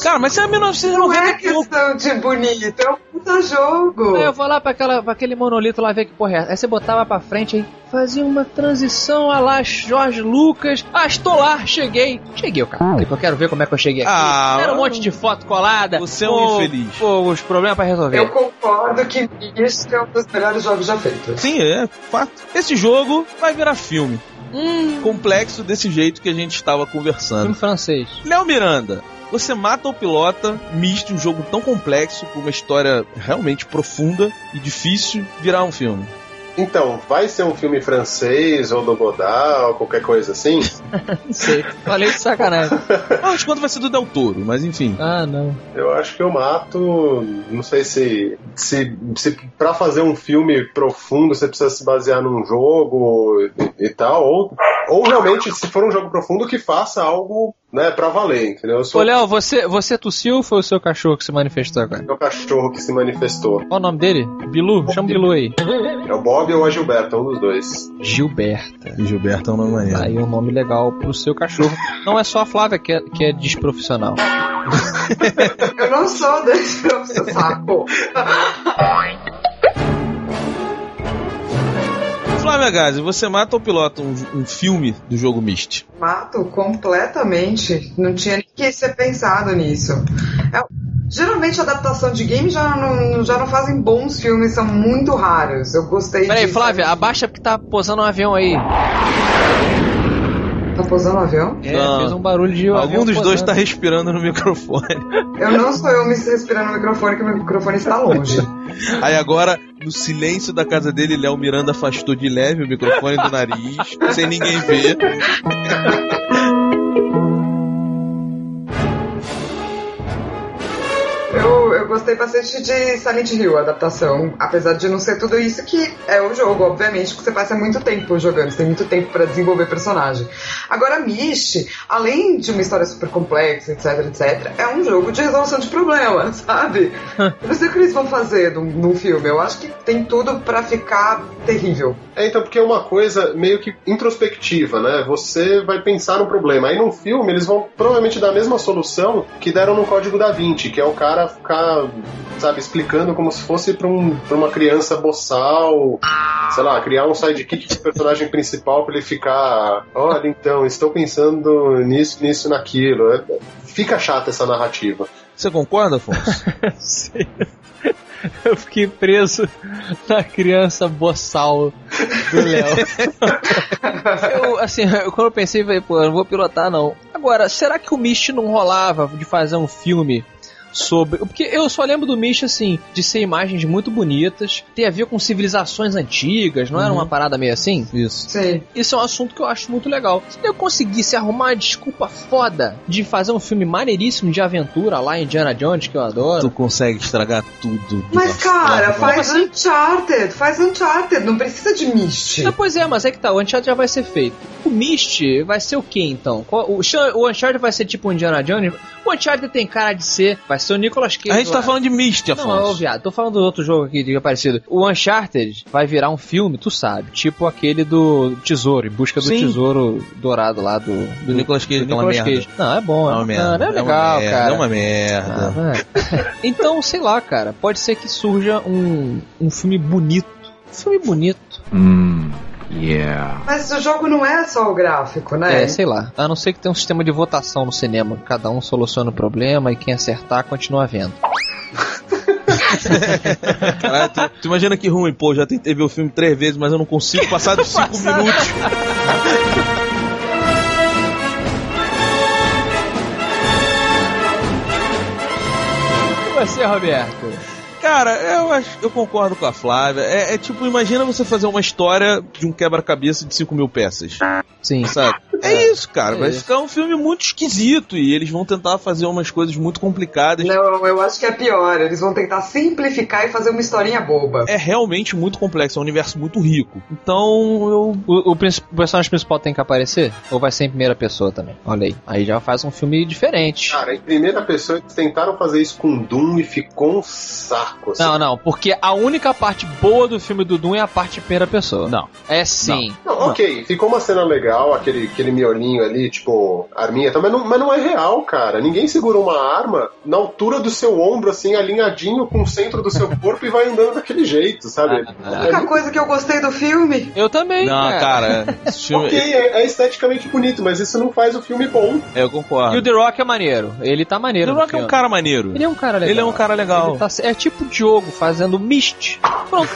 Speaker 2: Cara, mas isso é
Speaker 3: Não é
Speaker 2: 1990 e pouco.
Speaker 3: questão É de bonito, é um puta jogo.
Speaker 5: Aí eu vou lá pra, aquela, pra aquele monolito lá ver que porra é. essa. Aí você botava pra frente aí, fazia uma transição a lá Jorge Lucas. Ah, estou lá, cheguei. Cheguei, cara. Eu quero ver como é que eu cheguei aqui.
Speaker 2: Ah,
Speaker 5: era um monte de foto colada.
Speaker 2: Você é um
Speaker 5: Pô,
Speaker 2: infeliz.
Speaker 5: Pô, os problemas pra resolver.
Speaker 3: Eu concordo que isso é um dos melhores jogos já feitos.
Speaker 2: Sim, é fato. Esse jogo vai virar filme.
Speaker 5: Hum.
Speaker 2: Complexo desse jeito que a gente estava
Speaker 5: Filme [laughs]
Speaker 2: conversando.
Speaker 5: francês.
Speaker 2: Léo Miranda, você mata o pilota, miste um jogo tão complexo, com uma história realmente profunda e difícil, virar um
Speaker 5: [laughs]
Speaker 2: filme.
Speaker 4: Então, vai ser um filme francês, ou do Godard, ou qualquer coisa assim?
Speaker 5: Não sei. Falei de sacanagem.
Speaker 2: Ah, acho que quando vai ser do Del Toro, mas enfim.
Speaker 5: [laughs] Ah, não.
Speaker 4: Eu acho que eu mato. Não sei se. se, se para fazer um filme profundo você precisa se basear num jogo e, e tal. Ou, ou realmente, se for um jogo profundo, que faça algo né, pra valer, entendeu? Eu
Speaker 5: Ô,
Speaker 4: sou
Speaker 5: Léo, você, você tossiu ou foi o seu cachorro que se manifestou agora?
Speaker 4: o cachorro que se manifestou.
Speaker 5: Qual o nome dele? Bilu? Chama o Bilu aí.
Speaker 4: É o Bob ou a Gilberta, um dos dois.
Speaker 5: Gilberta.
Speaker 2: Gilberto é uma maneira.
Speaker 5: Aí um nome legal pro seu cachorro. Não é só a Flávia que é, que é desprofissional.
Speaker 3: Eu não sou [laughs] desse saco.
Speaker 2: Flávia Gazi, você mata ou pilota um, um filme do jogo Myst?
Speaker 3: Mato completamente. Não tinha nem que ser pensado nisso. É, geralmente, adaptação de game já não, já não fazem bons filmes, são muito raros. Eu gostei
Speaker 7: Peraí,
Speaker 3: disso.
Speaker 7: Flávia, abaixa porque tá posando um avião aí.
Speaker 3: Tá pousando um avião?
Speaker 7: É,
Speaker 2: Não.
Speaker 7: fez um barulho de
Speaker 2: Algum
Speaker 7: avião
Speaker 2: dos dois
Speaker 7: posando.
Speaker 2: tá respirando no microfone. [laughs]
Speaker 3: Eu não sou eu me respirando no microfone, que o meu microfone está longe.
Speaker 2: Aí agora, no silêncio da casa dele, Léo Miranda afastou de leve o microfone do [laughs] nariz, sem ninguém ver.
Speaker 3: Eu, eu gostei bastante de Silent Hill, a adaptação. Apesar de não ser tudo isso que é o jogo, obviamente, porque você passa muito tempo jogando, você tem muito tempo pra desenvolver personagem. Agora, Myst, além de uma história super complexa, etc, etc, é um jogo de resolução de problemas, [laughs] sabe? Eu não sei o que eles vão fazer num, num filme. Eu acho que tem tudo pra ficar terrível.
Speaker 4: É, então, porque é uma coisa meio que introspectiva, né? Você vai pensar no problema. Aí num filme eles vão provavelmente dar a mesma solução que deram no Código da Vinci, que é o cara ficar, sabe, explicando como se fosse pra, um, pra uma criança boçal, sei lá, criar um sidekick pro personagem principal pra ele ficar, olha, então, estou pensando nisso, nisso, naquilo. É- Fica chata essa narrativa.
Speaker 2: Você concorda, Afonso?
Speaker 5: Sim. [laughs] Eu fiquei preso na criança boçal do Léo. eu, assim, eu- quando eu pensei, falei, pô, eu não vou pilotar não. Agora, será que o Mist não rolava de fazer um filme sobre. Porque eu só lembro do Mist, assim, de ser imagens muito bonitas, ter a ver com civilizações antigas, não era uma parada meio assim?
Speaker 2: Isso.
Speaker 3: Sim.
Speaker 5: Isso é um assunto que eu acho muito legal. Se eu conseguisse arrumar uma desculpa foda de fazer um filme maneiríssimo de aventura lá em Indiana Jones, que eu adoro.
Speaker 2: [laughs] Tu consegue estragar tudo. de
Speaker 3: Mas,
Speaker 2: uma
Speaker 3: cara,
Speaker 2: forma.
Speaker 3: faz Uncharted, faz Uncharted, assim? não precisa de Myst.
Speaker 5: Ah, pois é, mas é que tá, o Uncharted já vai ser feito. O Mist vai ser o que então? Qual- O, Shan- o Uncharted vai ser tipo o Indiana Jones? O Uncharted tem cara de ser, vai ser o Nicolas Cage.
Speaker 2: A gente tá
Speaker 5: lá.
Speaker 2: falando de Mist, Afonso.
Speaker 5: Não, ô, viado, tô falando do outro jogo aqui, diga parecido. O Uncharted vai virar um filme, tu sabe, tipo aquele do Tesouro, em busca do
Speaker 2: Sim.
Speaker 5: tesouro dourado lá do,
Speaker 2: Do Nicolas Cage,
Speaker 5: do
Speaker 2: que é uma
Speaker 5: Nicolas
Speaker 2: merda.
Speaker 5: Cage. Não, é bom,
Speaker 2: É uma
Speaker 5: é,
Speaker 2: merda.
Speaker 5: bacana, é legal,
Speaker 2: uma merda,
Speaker 5: cara.
Speaker 2: É uma merda.
Speaker 5: Ah, é. [laughs] então, sei lá, cara, pode ser que surja um, um filme bonito. Um filme bonito.
Speaker 6: Mmm, yeah.
Speaker 3: Mas o jogo não é só o gráfico, né?
Speaker 5: É, sei lá. A não ser que tenha um sistema de votação no cinema. Cada um soluciona o problema e quem acertar continua vendo.
Speaker 2: Caralho, tu, tu imagina que ruim, pô, já tentei ver o filme três vezes, mas eu não consigo passar dos
Speaker 5: [laughs]
Speaker 2: cinco minutos.
Speaker 5: E você, Roberto?
Speaker 2: Cara, eu acho, eu concordo com a Flávia. É, é tipo, imagina você fazer uma história de um quebra-cabeça de 5 mil peças.
Speaker 5: Sim.
Speaker 2: Sabe? [laughs] É isso, cara.
Speaker 5: É
Speaker 2: Vai
Speaker 5: isso.
Speaker 2: ficar um filme muito esquisito e eles vão tentar fazer umas coisas muito complicadas.
Speaker 3: Não, eu acho que é pior. Eles vão tentar simplificar e fazer uma historinha boba.
Speaker 2: É realmente muito complexo, é um universo muito rico. Então, eu
Speaker 5: O, o princi- o personagem principal tem que aparecer? Ou vai ser em primeira pessoa também? Olha aí. Aí já faz um filme diferente.
Speaker 2: Ah,
Speaker 4: Cara, em primeira pessoa eles tentaram fazer isso com Doom e ficou um saco. assim.
Speaker 5: Não, não, porque a única parte boa do filme do Doom é a parte de primeira pessoa. Não. É sim.
Speaker 4: Não, ok, ficou uma cena legal, aquele, aquele miolinho ali, tipo, arminha e tal, mas não, mas não é real, cara. Ninguém segura uma arma na altura do seu ombro, assim, alinhadinho com o centro do seu corpo e vai andando daquele jeito, sabe?
Speaker 3: A única coisa que eu gostei do filme.
Speaker 5: Eu também,
Speaker 2: Não, cara, [laughs] esse filme.
Speaker 4: Ok, é, é esteticamente bonito, mas isso não faz o filme bom.
Speaker 2: é, eu
Speaker 5: E o
Speaker 2: concordo.
Speaker 5: The Rock é maneiro. Ele tá
Speaker 2: O
Speaker 5: maneiro.
Speaker 2: The
Speaker 5: no
Speaker 2: Rock é um
Speaker 5: filme.
Speaker 2: cara maneiro.
Speaker 5: Ele é um cara legal.
Speaker 2: Ele é um cara legal.
Speaker 5: Ele tá- é tipo Diogo fazendo mist. Pronto.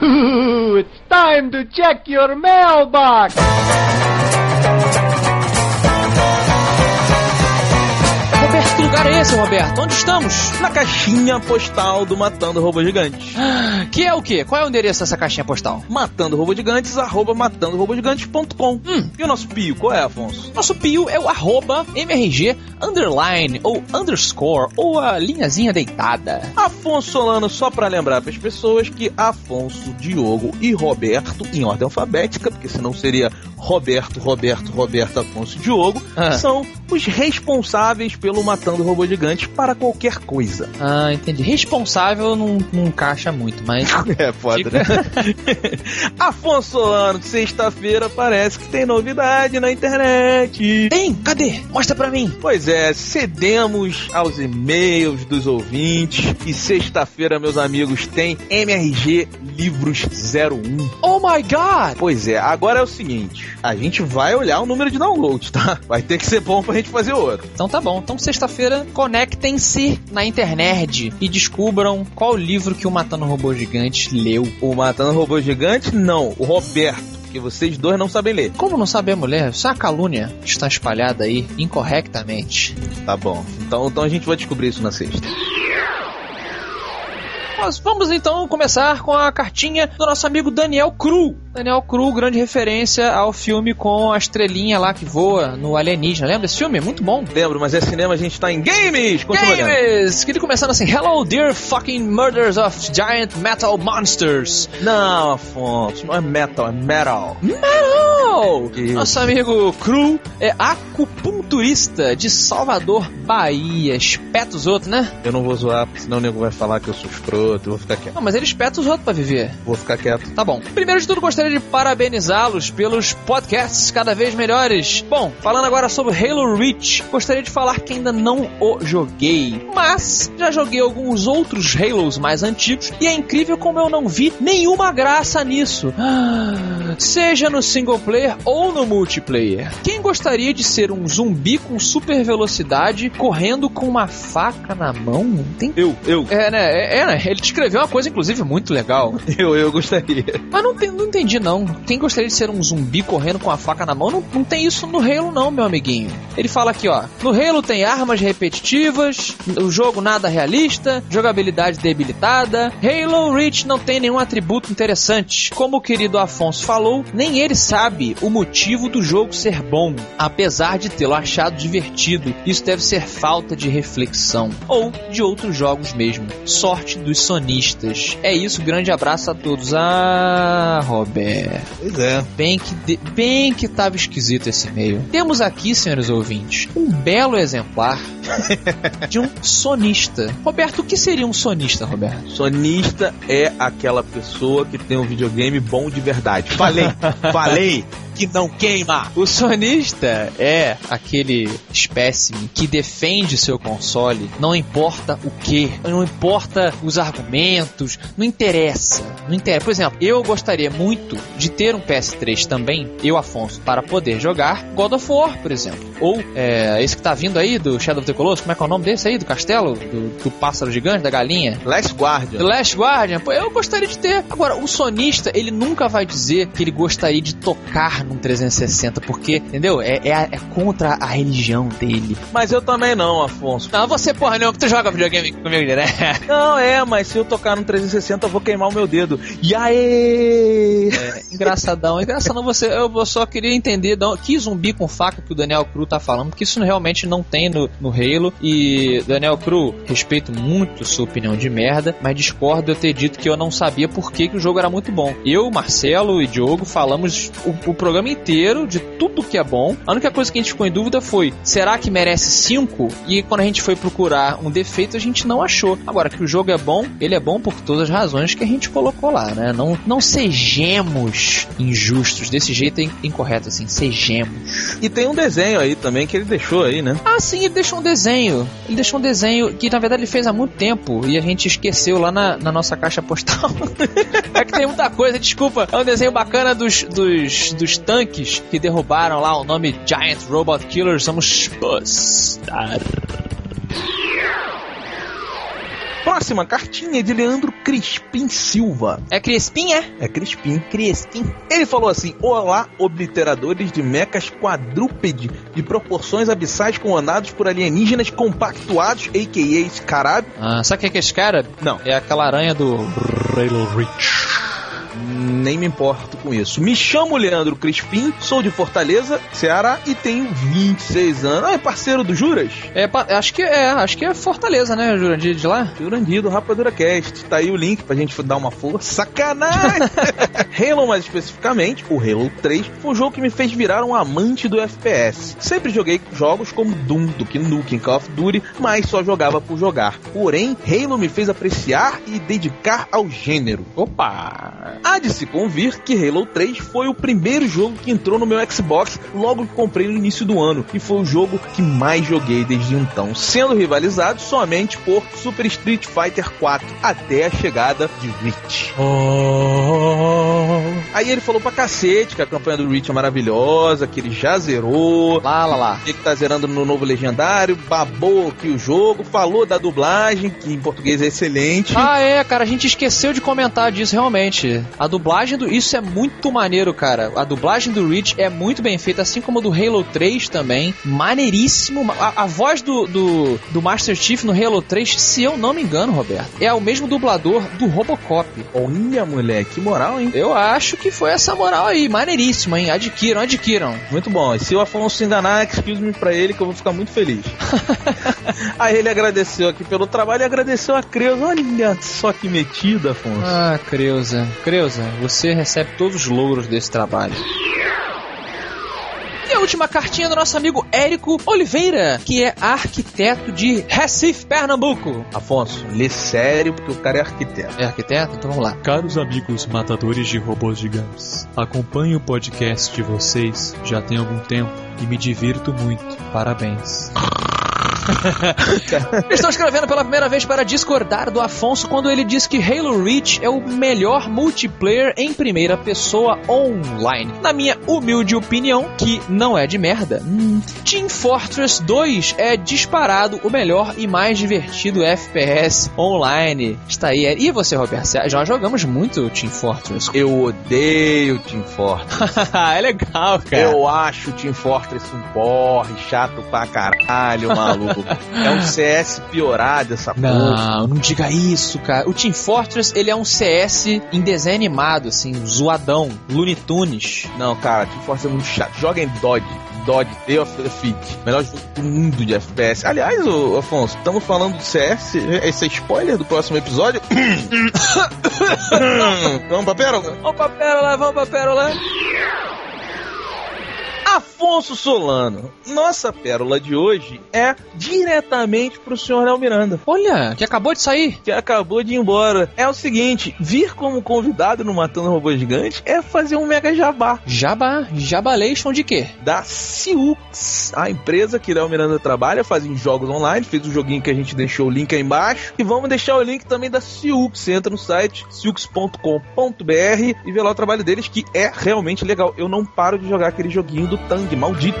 Speaker 10: it's time to check your mailbox.
Speaker 5: Roberto, que lugar é esse, Roberto? Onde estamos?
Speaker 2: Na caixinha postal do Matando Robô Gigante.
Speaker 5: Que é o quê? Qual é o endereço dessa caixinha postal?
Speaker 2: Matando Robô Gigantes, arroba matandorobogigantes.com. Hum, e o nosso pio, qual é, Afonso?
Speaker 5: Nosso pio é o arroba MRG underline ou underscore ou a linhazinha deitada.
Speaker 2: Afonso Solano, só pra lembrar pras pessoas que Afonso, Diogo e Roberto, em ordem alfabética, porque senão seria Roberto, Roberto, Roberto, Afonso e Diogo,
Speaker 5: Ah.
Speaker 2: são os responsáveis pelo Matando testando o robô gigante para qualquer coisa.
Speaker 5: Ah, entendi. Responsável não, não encaixa muito, mas.
Speaker 2: [laughs] É foda, né? [laughs] Afonso Solano, sexta-feira parece que tem novidade na internet.
Speaker 5: [laughs] Tem? Cadê? Mostra pra mim.
Speaker 2: Pois é, cedemos aos e-mails dos ouvintes e sexta-feira, meus amigos, tem MRG Livros 01.
Speaker 5: Oh my god!
Speaker 2: Pois é, agora é o seguinte, a gente vai olhar o número de downloads, tá? Vai ter que ser bom pra gente fazer outro.
Speaker 5: Então tá bom. Então sexta-feira, conectem-se na internet e descubram qual livro que o Matando Robô Gigante leu.
Speaker 2: O Matando um Robô Gigante, não, o Roberto. Porque vocês dois não sabem ler.
Speaker 5: Como não saber, mulher? Isso é uma calúnia que está espalhada aí incorrectamente.
Speaker 2: Tá bom. Então, então a gente vai descobrir isso na sexta.
Speaker 5: Nós vamos então começar com a cartinha do nosso amigo Daniel Cru. Daniel Cru, grande referência ao filme com a estrelinha lá que voa no Alienígena. Lembra esse filme? Muito bom.
Speaker 2: Lembro, mas é cinema, a gente tá em games! Continua Leandro.
Speaker 5: Games! Queria começando assim: Hello, dear fucking murders of giant metal monsters.
Speaker 2: Não, Afonso, não é metal, é metal.
Speaker 5: Metal!
Speaker 2: Isso.
Speaker 5: Nosso amigo Cru é acupunturista de Salvador, Bahia. Espeta os outros, né?
Speaker 2: Eu não vou zoar, porque senão o nego vai falar que eu sou escroto, eu vou ficar quieto.
Speaker 5: Não, mas ele espeta os outros pra viver.
Speaker 2: Vou ficar quieto.
Speaker 5: Tá bom. Primeiro de tudo, gostaria de parabenizá-los pelos podcasts cada vez melhores. Bom, falando agora sobre Halo Reach, gostaria de falar que ainda não o joguei, mas já joguei alguns outros Halos mais antigos e é incrível como eu não vi nenhuma graça nisso. [gasps] Seja no single player ou no multiplayer. Quem gostaria de ser um zumbi com super velocidade correndo com uma faca na mão? Tem...
Speaker 2: Eu, eu,
Speaker 5: É, né? É, é, né? Ele descreveu uma coisa, inclusive, muito legal.
Speaker 2: [laughs] eu, eu gostaria.
Speaker 5: Mas não, tem- não entendi, não. Quem gostaria de ser um zumbi correndo com a faca na mão, não, não tem isso no Halo, não, meu amiguinho. Ele fala aqui, ó. No Halo tem armas repetitivas, o jogo nada realista, jogabilidade debilitada. Halo Reach não tem nenhum atributo interessante. Como o querido Afonso falou, nem ele sabe o motivo do jogo ser bom, apesar de tê-lo achado divertido. Isso deve ser falta de reflexão. Ou de outros jogos mesmo. Sorte dos sonistas. É isso, grande abraço a todos. Ah, Robert.
Speaker 2: Pois é.
Speaker 5: Bem que, de- bem que tava esquisito esse e-mail. Temos aqui, senhores ouvintes, um belo
Speaker 2: [laughs]
Speaker 5: exemplar de um sonista. Roberto, o que seria um sonista, Roberto?
Speaker 2: Sonista é aquela pessoa que tem um videogame bom de verdade. Falei, falei que não queima.
Speaker 5: O sonista é aquele espécime que defende seu console, não importa o que, não importa os argumentos, não interessa, não interessa. Por exemplo, eu gostaria muito de ter um PS3 também, eu Afonso, para poder jogar God of War, por exemplo, ou é, esse que tá vindo aí do Shadow of the Colossus, como é que é o nome desse aí do castelo, do, do pássaro gigante, da galinha?
Speaker 2: Last
Speaker 5: The
Speaker 2: Guardian.
Speaker 5: Last Guardian, pô, eu gostaria de ter. Agora, o sonista, ele nunca vai dizer que ele gostaria de tocar num 360, porque, entendeu? É, é, a- é contra a religião dele.
Speaker 2: Mas eu também não, Afonso.
Speaker 5: Não, você, porra, não, que tu joga videogame comigo, né?
Speaker 2: Não, é, mas se eu tocar no 360 eu vou queimar o meu dedo. E aê!
Speaker 5: É, Engraçadão, engraçadão você. Eu vou- só queria entender da- que zumbi com faca que o Daniel Cru tá falando, porque isso realmente não tem no, no Halo. E, Daniel Cru, respeito muito sua opinião de merda, mas discordo de eu ter dito que eu não sabia por que, que o jogo era muito bom. Eu, Marcelo e Diogo falamos o, o programa inteiro de tudo que é bom. A única coisa que a gente ficou em dúvida foi: será que merece 5? E quando a gente foi procurar um defeito, a gente não achou. Agora, que o jogo é bom, ele é bom por todas as razões que a gente colocou lá, né? Não, não sejamos injustos desse jeito é in- incorreto, assim. Sejamos.
Speaker 2: E tem um desenho aí também que ele deixou aí, né?
Speaker 5: Ah, sim, ele deixou um desenho. Ele deixou um desenho que, na verdade, ele fez há muito tempo e a gente esqueceu lá na, na nossa caixa postal. [laughs] é que tem muita coisa, desculpa. É um desenho bacana dos, dos, dos tanques que derrubaram lá o nome Giant Robot Killer. Somos Bustar.
Speaker 2: Próxima cartinha é de Leandro Crispim Silva.
Speaker 5: É Crespim, é?
Speaker 2: É Crispim.
Speaker 5: Crespim.
Speaker 2: Ele falou assim: Olá, obliteradores de mecas quadrúpede de proporções abissais comandados por alienígenas compactuados, a.k.a. Scarab.
Speaker 5: É Ah, sabe o que é que é esse cara?
Speaker 2: Não.
Speaker 5: É aquela aranha do
Speaker 2: Nem me importo com isso. Me chamo Leandro Crispim, sou de Fortaleza, Ceará e tenho 26 anos. Ah, é parceiro do Juras?
Speaker 5: É, pa- acho que é, acho que é Fortaleza, né, Jurandir de lá?
Speaker 2: Jurandir do Rapadura Cast. Tá aí o link pra gente dar uma força. Sacanagem! Halo, mais especificamente, o Halo 3, foi um jogo que me fez virar um amante do FPS. Sempre joguei jogos como Doom, Duke Nukem, Call of Duty, mas só jogava por jogar. Porém, Halo me fez apreciar e dedicar ao gênero.
Speaker 5: Opa!
Speaker 2: Há de se convir que Halo 3 foi o primeiro jogo que entrou no meu Xbox logo que comprei no início do ano e foi o jogo que mais joguei desde então, sendo rivalizado somente por Super Street Fighter 4 até a chegada de Reach.
Speaker 5: Oh.
Speaker 2: Aí ele falou pra cacete que a campanha do Reach é maravilhosa, que ele já zerou,
Speaker 5: Lá, lá, lá.
Speaker 2: ele que tá zerando no novo legendário, babou aqui o jogo, falou da dublagem, que em português é excelente.
Speaker 5: Ah, é, cara, a gente esqueceu de comentar disso realmente. A dublagem do. Isso é muito maneiro, cara. A dublagem do Reach é muito bem feita, assim como a do Halo 3 também. Maneiríssimo. A, a voz do, do, do Master Chief no Halo 3, se eu não me engano, Roberto, é o mesmo dublador do Robocop.
Speaker 2: Olha, moleque, que moral, hein?
Speaker 5: Eu acho que foi essa moral aí, maneiríssima, hein? Adquiram, adquiram.
Speaker 2: Muito bom. E se o Afonso se enganar, excuse-me pra ele que eu vou ficar muito
Speaker 5: [laughs]
Speaker 2: feliz. Aí ele agradeceu aqui pelo trabalho e agradeceu a Creus. Olha só que metida, Afonso.
Speaker 5: Ah, Creuza, Creuza, você recebe todos os louros desse trabalho. E a última cartinha do nosso amigo Érico Oliveira, que é arquiteto de Recife, Pernambuco.
Speaker 2: Afonso, lê sério porque o cara é arquiteto.
Speaker 5: É arquiteto? Então vamos lá.
Speaker 9: Caros amigos matadores de robôs gigantes, acompanho o podcast de vocês já tem algum tempo e me divirto muito. Parabéns.
Speaker 5: [laughs] Estou escrevendo pela primeira vez para discordar do Afonso quando ele diz que Halo Reach é o melhor multiplayer em primeira pessoa online. Na minha humilde opinião, que não é de merda. Hum. Team Fortress 2 é disparado o melhor e mais divertido FPS online. Está aí. é. E você, Roberto? Já jogamos muito Team
Speaker 9: [laughs]
Speaker 5: Fortress.
Speaker 2: Eu odeio Team Fortress.
Speaker 5: é legal, cara.
Speaker 2: Eu acho o Team Fortress um porre, chato pra caralho,
Speaker 5: [laughs]
Speaker 2: maluco. é um CS piorado essa porra.
Speaker 5: Não, não diga isso, cara. O Team Fortress, ele é um CS em desenho animado, assim, zoadão, Looney Tunes.
Speaker 2: Não, cara, Team Fortress é muito chato. Joga em Dodge. Dodge, Day of Defeat. Melhor jogo do mundo de FPS. Aliás, ô, Afonso, estamos falando do CS. Esse é spoiler do próximo episódio.
Speaker 5: Hum.
Speaker 2: Vamos pra pérola?
Speaker 5: Vamos pra pérola, vamos pra pérola.
Speaker 2: Afonso Solano, nossa pérola de hoje é diretamente pro senhor Léo Miranda,
Speaker 5: Olha, que acabou de sair.
Speaker 2: que acabou de ir embora. É o seguinte, vir como convidado no Matando Robô Gigante é fazer um mega jabá
Speaker 5: Jabá, jabalation de quê?
Speaker 2: da Siux, a empresa que Léo Miranda trabalha, fazem jogos online, fez o joguinho que a gente deixou o link aí embaixo. E vamos deixar o link também da Siux. Você entra no site siux.com.br e vê lá o trabalho deles, que é realmente legal. Eu não paro de jogar aquele joguinho do Tang, maldito.